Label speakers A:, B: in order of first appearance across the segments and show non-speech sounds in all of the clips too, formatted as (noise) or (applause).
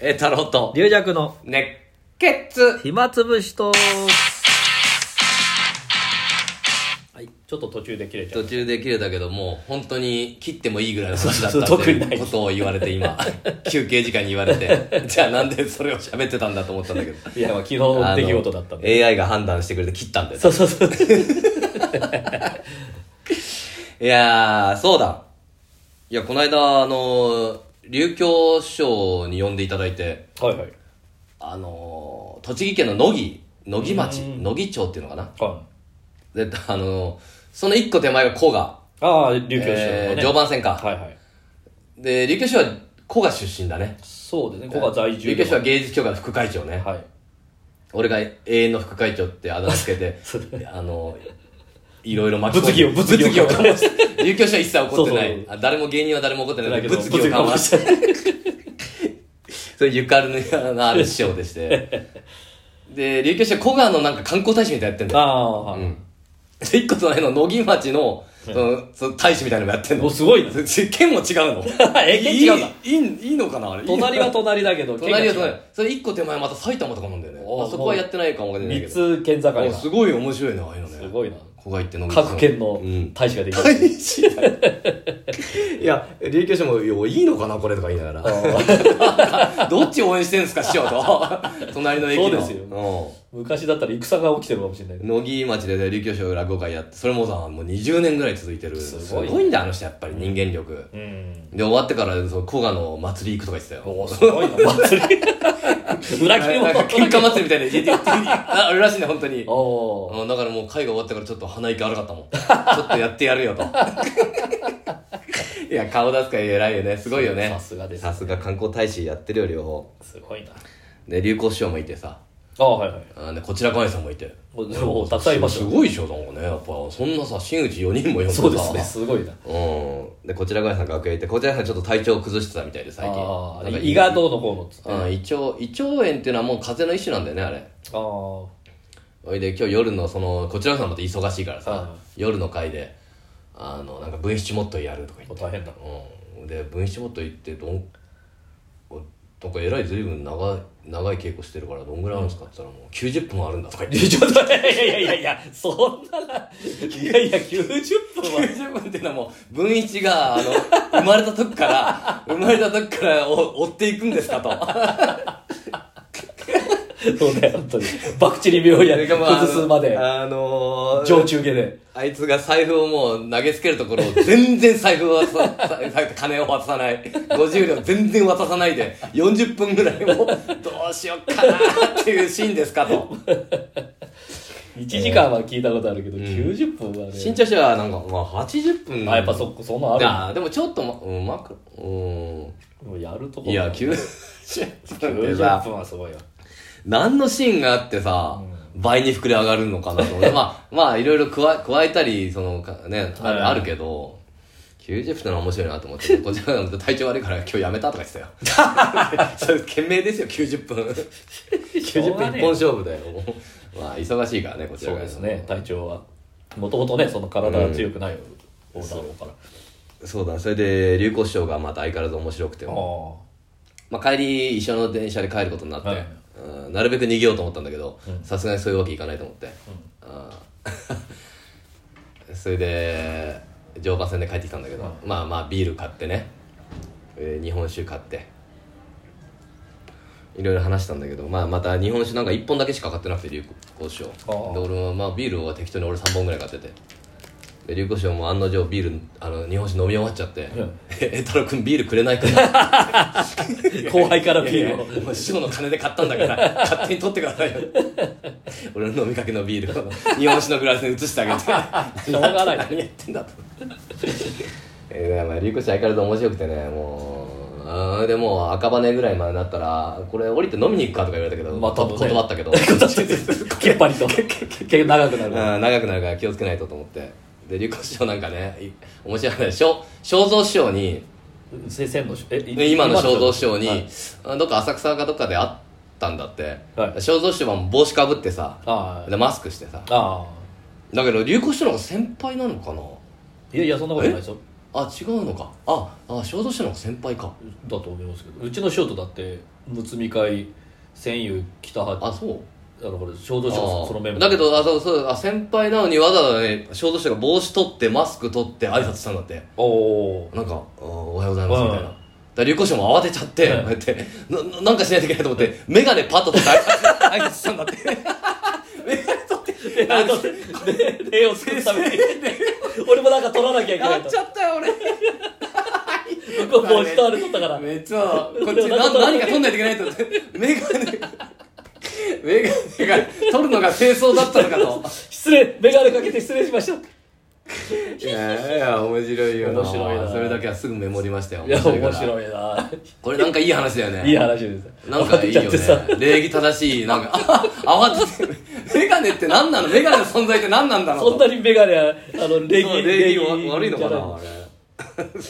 A: え太郎と
B: 龍尺の
A: 熱血
B: 暇つぶしとはいちょっと途中で切れちゃ
A: 途
B: う
A: 中で切れたけどもう本当に切ってもいいぐらいの話だったって
B: そうそう特にない
A: いうことを言われて
B: (laughs)
A: 今休憩時間に言われてじゃあなんでそれを喋ってたんだと思ったんだけど
B: いやまあ昨日の出来事だったんで
A: AI が判断してくれて切ったんだよ
B: そうそうそう
A: いやーそうだいやこの間あの琉球師匠に呼んでいただいて
B: はいはい
A: あの栃木県の野木野木町野木町っていうのかな
B: はい
A: であのその一個手前が古賀
B: ああ琉球市
A: え
B: の
A: ー
B: ね
A: 常磐線か、
B: はいはい
A: で琉球市は古賀出身だね
B: そうですねここが在住
A: 琉球市は芸術協会の副会長ね、
B: はい
A: 俺が永遠の副会長ってあだ名つけ
B: (laughs)
A: てあのいろいろ巻き込んで
B: 物議を物議
A: 物議
B: を
A: を醸して琉球市は一切怒ってな
B: そう
A: い
B: そ
A: あ誰も芸人は誰も怒ってないんだけど物
B: 物
A: 議を
B: 議を
A: か
B: 醸
A: ま
B: し
A: しててそれゆかるのある師匠でしてで琉球市は古賀のなんか観光大使みたいなのやってんだよ
B: ああは
A: う
B: い
A: ん。で、一個隣の野木町の、その、その大使みたいなのもやってんの。
B: おすごいね
A: ね。 (laughs) 県も違うの。
B: (laughs) え県違うんだ
A: いい、いいいいのかなあれ。
B: 隣は隣だけど
A: 隣は
B: 県が違
A: 隣
B: う。
A: それ一個手前また埼玉とかなんだよね。
B: おー
A: あそこはやってないかもわかんないけ
B: 三
A: ど。
B: つ県境
A: お
B: が
A: すごい面白いな、ああいうのね。
B: すごいな
A: 子が行って野木町
B: 各県の
A: うん。
B: 大使ができる
A: 大使だよ (laughs) いや、琉球市も、いやいいのかな、これとか言いなが
B: あ
A: ら。
B: ー
A: (laughs) どっち応援してんすか、師匠
B: (laughs)
A: と。隣の駅の。
B: そうですよ
A: うん
B: 昔だったら戦が起きてるかもしれないけど
A: 乃木町でね琉球賞落語会やってそれもさもう20年ぐらい続いてる
B: すごい
A: んだよあの人やっぱり人間力、
B: うん
A: で終わってからその古賀の祭り行くとか言ってたよ
B: おーす (laughs) ごいな祭り裏切
A: な
B: り
A: んか
B: 者
A: 喧嘩祭りみたいな家でやってる
B: (laughs)
A: ああるらしいね本当に
B: おー
A: うんだからもう会が終わってからちょっと鼻息荒かったもんちょっとやってやる
B: (laughs)
A: よといや顔出すから偉いよねすごいよね
B: さすがですね
A: さすが観光大使やってるよ両方
B: すごいな
A: で流行師匠もいてさ
B: ああはいはい
A: あでこちらかわいさんもいて
B: おでもたくさんいます
A: す
B: よ
A: ごいでしょなんかねやっぱそんなさ真打ち4人も呼んでさ
B: そうですねすごいな
A: うん。で、こちら側さんが楽屋行って、こちら側さんちょっと体調を崩してたみたいで、最近。
B: あ
A: な
B: あ
A: んか
B: 胃がどうのこうのっつってあ
A: うん、胃腸、胃腸炎っていうのはもう風邪の一種なんだよね、あれ。
B: あー
A: おいで、今日夜の、その、こちら側さんまた忙しいから
B: は
A: さ、夜の会で、あの、なんか分室もっとやるとか言って。
B: 大変だ
A: うん。で、分室もっと行って、どん、おなんか偉い随分長い、長い稽古してるから、どんぐらいあるんですかって言ったら、もう90分あるんだとか言っ
B: い
A: て。
B: やちょっといやいやいやいやそんなないやいや90分は
A: 90分っていうのはもう文一が (laughs) あの生まれた時 (laughs) から生まれた時からお追っていくんですかと
B: そうね本当にバクチリ病や
A: それ (laughs) があ
B: 崩すまで
A: あのー
B: 上中下で
A: あいつが財布をもう投げつけるところを全然財布を渡さ財布金を渡さない50両全然渡さないで40分ぐらいもうどうしよっかなっていうシーンですかと
B: 1時間は聞いたことあるけど90分は
A: 新
B: ね
A: 潮社はなんか、まあ、80分
B: あやっぱそそんなのある
A: あでもちょっとまうんまくうん
B: もうやるとこ
A: いや (laughs)
B: 90
A: 90分ってさ
B: 分はすごいよ
A: 何のシーンがあってさ、倍に膨れ上がるのかなと思っ
B: (laughs)
A: て、まあ、まあ、いろいろ加え、加えたり、その、かね、あ
B: はい
A: るあるけど、90分は面白いなと思って、
B: (laughs)
A: こちらなんて体調悪いから今日やめたとか言ってた
B: (laughs)
A: よ。それ、懸命ですよ、90分。90分一本勝負だよ。まあ、忙しいからね、こちら
B: そう
A: が。
B: ですね体調はもともとねその体が強くない方だろうから
A: そうだ、それで、流行師匠がまた相変わらず面白くて、
B: あ
A: まあ、帰り、一緒の電車で帰ることになって、
B: はい
A: うんなるべく逃げようと思ったんだけどさすがにそういうわけいかないと思って、あー (laughs) それで常磐線で帰ってきたんだけど、まあまあビール買ってね、えー日本酒買っていろいろ話したんだけど、まあ、また日本酒なんか1本だけしか買ってなくて流行酒
B: あー
A: をで俺はまあビールは適当に俺3本ぐらい買っててで流行酒も案の定ビールあの日本酒飲み終わっちゃって
B: うん
A: 「 (laughs) え太郎君ビールくれないかな」
B: あ後輩からビールを
A: いやいやもう師匠の金で買ったんだから勝手に取ってくださいよ俺の飲みかけのビールを日本酒のグラスに移してあげて
B: しょうがないね
A: 何やってんだと (laughs) えーだからまあ流行し相変わらず面白くてねもうあーでも赤羽ぐらいまでなったらこれ降りて飲みに行くかとか言われたけど、
B: まあ多分ね
A: 断ったけど (laughs)
B: けっぱりと毛長くなる
A: あー長くなるから気をつけないとと思ってで流行師匠なんかねい面白い話肖像師匠に
B: せ線のしえい
A: で今の肖像師匠に、
B: はい
A: あどっか浅草かどっかで会ったんだって、
B: はい
A: 肖像師匠は帽子かぶってさ
B: あ
A: でマスクしてさ
B: あああ
A: だけど流行師匠の方が先輩なのかない
B: やいやそんなことないですよ
A: あ違うのかああ小豆島の先輩か
B: だと思いますけどうちのショートだって睦み会戦友北八
A: あそう
B: あのほら小豆
A: あ
B: 島そのメン
A: ー
B: バ
A: だ
B: ー
A: けどあそうそうあ先輩なのにわざわざね小豆島が帽子取ってマスク取って挨拶したんだって
B: おお
A: なんかあーおはようございますみたいな、
B: うん
A: だから流行者も慌てちゃって、
B: う
A: こ
B: ん
A: うやってなななんかしないといけないと思って眼鏡パッと取って挨拶挨拶したんだって
B: (laughs) であので礼を尽くすために俺もなんか取らなきゃいけないと
A: ゃったよ俺
B: 向こう帽子とあれ取ったから
A: めっちゃこっちな何か取んないといけないと (laughs) 思って眼鏡眼鏡が取るのが清掃だったのかと
B: 失礼眼鏡かけて失礼しました
A: いやいや面白いよな
B: 面白いな
A: それだけはすぐメモりましたよ
B: いや
A: から
B: 面白いな
A: これなんかいい話だよね
B: (laughs) いい話です
A: なんかいいよ
B: 慌てちゃって
A: ね礼儀正しいなんか (laughs) あ慌てて眼鏡って何なの眼鏡の存在って何なんだろう
B: そんなに眼鏡あの礼
A: そう
B: 儀
A: 礼儀悪いのか
B: じゃ
A: なあ
B: い
A: れ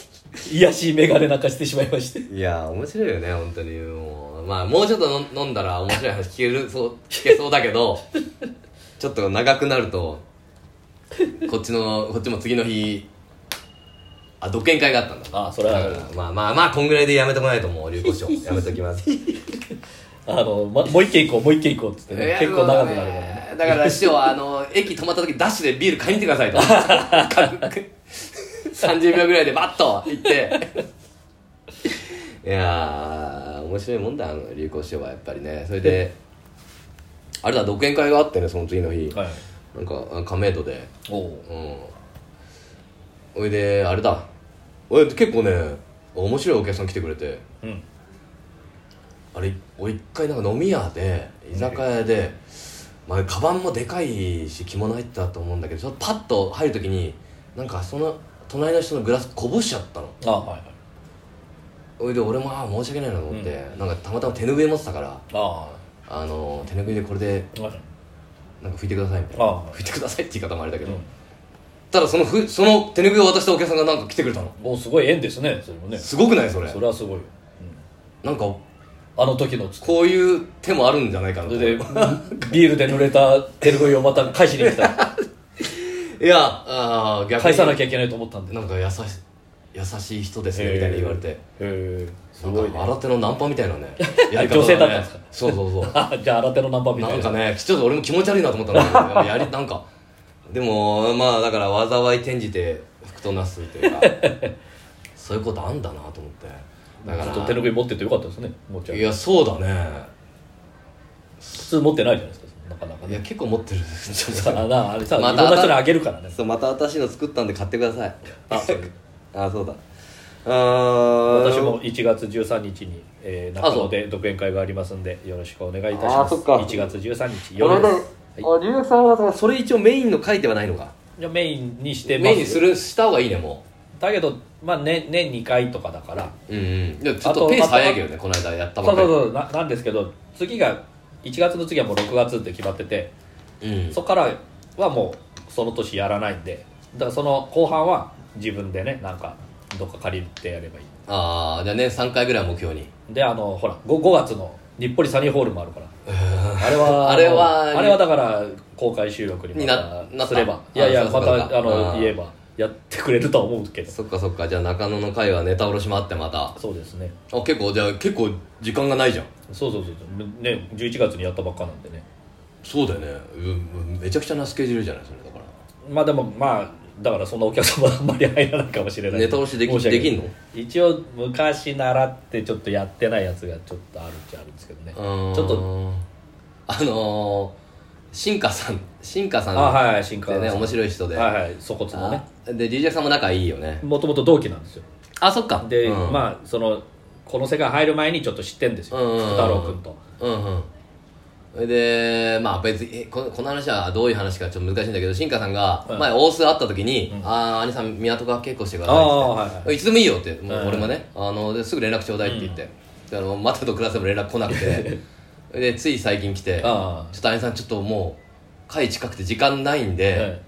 B: 癒やしい眼鏡なんかしてしまいまして
A: (laughs) いや面白いよね本当にもうまあもうちょっと飲飲んだら面白い話聞ける
B: (laughs)
A: そう聞けそうだけどちょっと長くなるとこっちのこっちも次の日あ独演会があったんだ
B: あそれ
A: だからまあまあまあこんぐらいでやめてもらえともう流行賞やめときます
B: あの、ま、もう一軒行こうもう一軒行こうっつってね結構長くなるからね
A: だから師匠はあの駅止まった時ダッシュでビール買いに行ってくださいと (laughs) 軽く30秒ぐらいでバッと行っていやー面白いもんだあの流行師匠はやっぱりねそれであれだ独演会があってねその次の日
B: はい
A: なんかあ亀戸で
B: おお
A: うんおいであれだおい結構ね面白いお客さん来てくれて
B: うん
A: あれ俺一回なんか飲み屋で居酒屋で、まあ、カバンもでかいし着物入ってたと思うんだけどちょっとパッと入る時になんかその隣の人のグラスこぼしちゃったの
B: あはいはい
A: それで俺もああ申し訳ないなと思って、なんかたまたま手拭い持ってたから
B: ああ
A: あの手拭いでこれで
B: はい
A: なんか拭いてくださいみたいな
B: あ
A: 拭いてくださいって言い方もあれだけど、
B: うん
A: ただそのふその手拭いを渡したお客さんがなんか来てくれたの
B: もうすごい縁ですねそれもね
A: すごくないそれ
B: それはすごいよ、
A: なんか
B: うん、あの時のつ
A: こういう手もあるんじゃないかな
B: そ
A: と
B: れでビールで濡れた手拭いをまた返しに
A: (laughs)
B: 来た
A: いやあー逆に
B: 返さなきゃいけないと思ったんで
A: なんか優し優しい人ですね
B: へー
A: みたいに言われて、
B: へえす
A: なん
B: ごい
A: か
B: ね
A: 新手のナンパみたいな (laughs) ね
B: やり方がね女性だったんですか
A: そうそう (laughs) そう
B: (laughs) じゃあ新手のナンパみた
A: ないんか
B: な
A: ねちょっと俺も気持ち悪いなと思ったのよやりなん (laughs) かでもまあだから災い転じて福となすと (laughs) いうかそういうことあんだなと思ってだ
B: ちょっと
A: か
B: 手拭い持っててよかったですねもち
A: ら
B: ろん
A: い
B: 普
A: やそうだね
B: 通持ってないじゃないですかなかなか
A: いや
B: ね
A: 結構持ってる (laughs) ちょっと
B: さあなあれさ、
A: ま
B: い
A: た
B: ろんな人にあげるからね
A: そうまた私の作ったんで買ってください
B: あそう
A: (laughs) あそうだあー
B: 私も1月13日に、えー、
A: あ
B: 中
A: そう
B: 野で独演会がありますんでよろしくお願いいたし
A: あ
B: ま
A: ー
B: す
A: そっか
B: 1月13日
A: この
B: 夜
A: 間、
B: ですは
A: あ留学さんはそれ一応メインの書いてはないのか
B: いいやメインにしてます
A: メインにするした方がいいねも
B: だけど、まあね、年2回とかだから
A: ううんうんでもちょっ
B: あ
A: と
B: と
A: ペース早いけどねこの間やったば
B: そ
A: っ
B: う
A: か
B: そ
A: り
B: うそうななんですけど次が1月の次はもう6月って決まってて
A: うん
B: そこからはもうその年やらないんでだからその後半は自分でねなんかどっか借りてやればいい
A: ああじゃあね3回ぐらい目標に
B: であのほら 5, 5月の日暮里サニーホールもあるからあれ
A: (laughs)
B: は
A: あれは
B: あれはだから公開収録にまた
A: にななった
B: すれば
A: あ
B: いやいや
A: そう
B: ま
A: か
B: た
A: そうか
B: あの
A: あー
B: 言えばやってくれるとは思うけど
A: そっかそっかじゃあ中野の会はネタ下ろしもあってまたあ
B: そうですね
A: 結構じゃあ結構時間がないじゃん
B: そうそうそうそうね11月にやったばっかなんでね
A: そうだよねうんうんめちゃくちゃなスケジュールじゃないそれだから
B: まあでもまあだからそんなお客様あんまり入らないかもしれない
A: ネタ下ろしでき
B: 申訳ない
A: できんの
B: 一応昔習ってちょっとやってないやつがちょっとあるっちゃあるんですけどね
A: うーん
B: ちょっと
A: あのー、新華さん新華さん
B: あはいはい新
A: っ
B: 刊
A: てね面白い人で、
B: はいはい粗骨のね
A: あで DJ さんも仲いいよね
B: もともと同期なんですよ
A: あそっか
B: で、
A: うん
B: まあそのこの世界入る前にちょっと知ってんですよ
A: うんうんうん
B: 福太郎君と
A: うんうんそれでまあ別にえこのこの話はどういう話かちょっと難しいんだけど新華さんが
B: うん
A: 前大須会った時に「ああ兄さん港川結構してください」っ
B: ああ
A: て
B: はいはい
A: いつでもいいよってもう
B: うん
A: 俺もね、あのですぐ連絡ちょうだいって言って、あの待ってと暮らせば連絡来なくてでつい最近来て「ちょ
B: あ
A: っと兄さんちょっともう会近くて時間ないん
B: あ、
A: で、
B: はい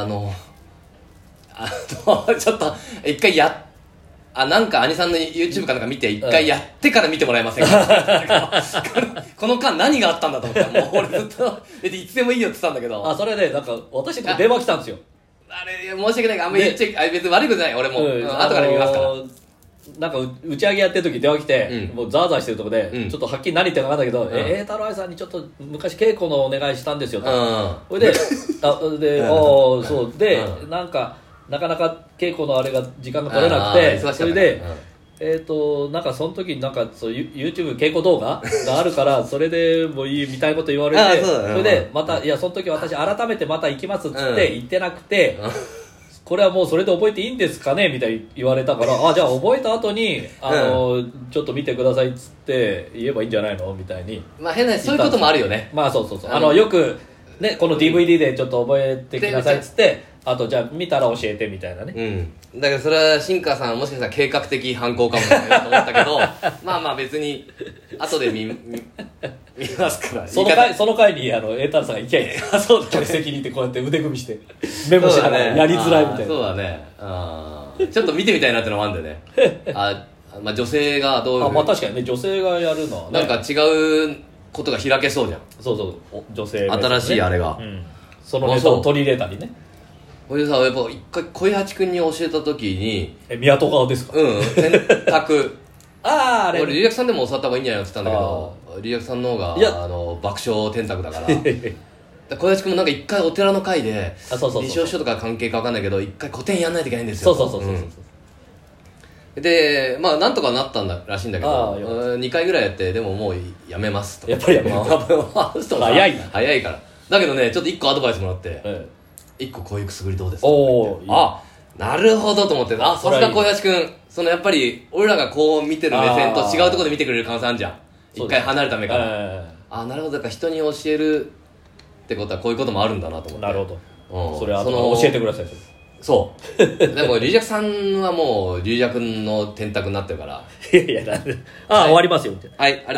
A: あのあの (laughs) ちょっと一回やっあなんか兄さんの YouTube かなんか見て一回やってから見てもらえませんか、 (laughs) この間何があ (laughs) ったんだと思ったもう俺ずっとでいつでもいいよって言ってたんだけど
B: あそれでなんか私のとこ電話来たんですよ
A: あれ申し訳ないけどあんまり言っちゃいあ別に悪いことじゃない俺も、うん、後から見ますから、
B: らなんかう打ち上げやってる時電話来て、
A: うん
B: もうザーザーしてるとこで、
A: うん
B: ちょっとはっきり何言ってるか分かんないけど、
A: ん
B: ええー太郎愛さんにちょっと昔稽古のお願いしたんですよと、
A: うん
B: それであで、ああそうで、
A: うん
B: なんかなかなか稽古のあれが時間が取れなくて
A: あー忙しかったね
B: それで、
A: うん
B: えっ、となんかその時になんかそうユ YouTube 稽古動画があるか
A: (laughs)
B: らそれでもういいみたいなこと言われ
A: あ
B: て
A: ーそうだね
B: れで
A: うん
B: また、いやその時私改めてまた行きますっつって
A: うん
B: 行ってなくて、これはもうそれで覚えていいんですかねみたいに言われ
A: (laughs)
B: たからあじゃあ覚えた後にあの、ちょっと見てくださいっつって言えばいいんじゃないのみたいに
A: まあ変な話そういうこともあるよね
B: まあそうそうそう
A: あ
B: あ
A: の
B: のよく、ね、この DVD でちょっと覚えてきなさいっつってあとじゃあ見たら教えてみたいなね
A: うんだからそれは新川さんもしかしたら計画的犯行かもしれないと思ったけ
B: (laughs)
A: どまあまあ別に後で見見見ますから
B: その
A: 言い方
B: 回その回にあのエータルさんが行きゃいい (laughs) そう客席にいてこうやって腕組み (laughs) してメモしながらやりづらいみたい
A: そ
B: な
A: うだねあーちょっと見てみたいなってのもあるんだよねあまあ女性がどういう
B: あまあ確かにね女性がやるのはね
A: なんか違うことが開けそうじゃん
B: そうそうお女性目線ね
A: 新しいあれが
B: うんそのネタを取り入れたりね
A: これさやっぱ一回小八君に教えた時に
B: え宮戸川ですか (laughs)
A: うん洗濯
B: あああれ
A: 俺
B: (laughs)
A: 龍薬さんでも教わった方がいいんじゃないのって言ったんだけど龍薬さんの方
B: いや
A: があの爆笑天卓だ
B: (laughs)
A: から
B: あ
A: だから小林君もなんか一回お寺の会で
B: そうそうそう
A: 二条師匠とか関係か分かんないけど一回古典やんないといけないんです
B: そ
A: よ
B: うそうそうそうそう
A: うんでまあなんとかなったんだらしいんだけ
B: あ
A: ど
B: あよかっ
A: 2回ぐらいやってでももうやめますと
B: やっぱりやめる
A: まあ (laughs) ますとか
B: 早いな
A: 早いからだけどねちょっと1個アドバイスもらって
B: ええ
A: 1個こういうくすぐりどうですか
B: おお
A: あなるほどと思ってあさすが小林君そのやっぱり俺らがこう見てる目線と違うところで見てくれる可能性あるじゃん
B: そう
A: 一
B: で
A: 回
B: す
A: 離れた目から
B: え
A: あなるほどだから人に教えるってことはこういうこともあるんだなと思
B: え
A: って
B: なるほ
A: う
B: ど
A: ん
B: それは
A: その
B: 教えてくださいそれ
A: そう (laughs) でも龍尺さんはもう龍尺の天卓になってるから
B: (laughs) いやいや、なんで。あ、終わりますよ、みたいな。
A: はいありがとうございます